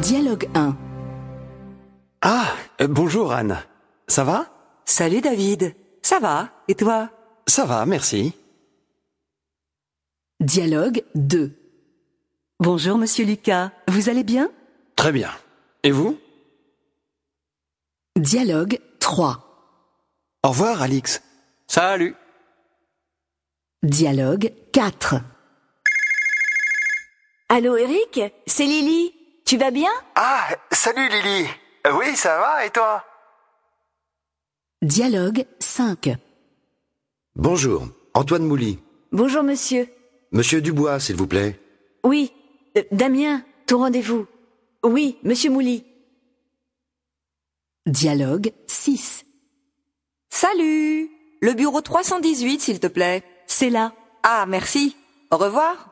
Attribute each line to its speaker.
Speaker 1: Dialogue 1.
Speaker 2: Ah, euh, bonjour Anne. Ça va
Speaker 3: Salut David, ça va Et toi
Speaker 2: Ça va, merci.
Speaker 1: Dialogue 2.
Speaker 3: Bonjour Monsieur Lucas, vous allez bien
Speaker 2: Très bien. Et vous
Speaker 1: Dialogue 3.
Speaker 2: Au revoir, Alix. Salut.
Speaker 1: Dialogue 4.
Speaker 4: Allô Eric, c'est Lily. Tu vas bien
Speaker 2: Ah, salut Lily. Euh, oui, ça va, et toi
Speaker 1: Dialogue 5.
Speaker 5: Bonjour, Antoine Mouly.
Speaker 4: Bonjour monsieur.
Speaker 5: Monsieur Dubois, s'il vous plaît.
Speaker 4: Oui, euh, Damien, ton rendez-vous. Oui, monsieur Mouly.
Speaker 1: Dialogue 6.
Speaker 3: Salut Le bureau 318, s'il te plaît. C'est là. Ah, merci. Au revoir.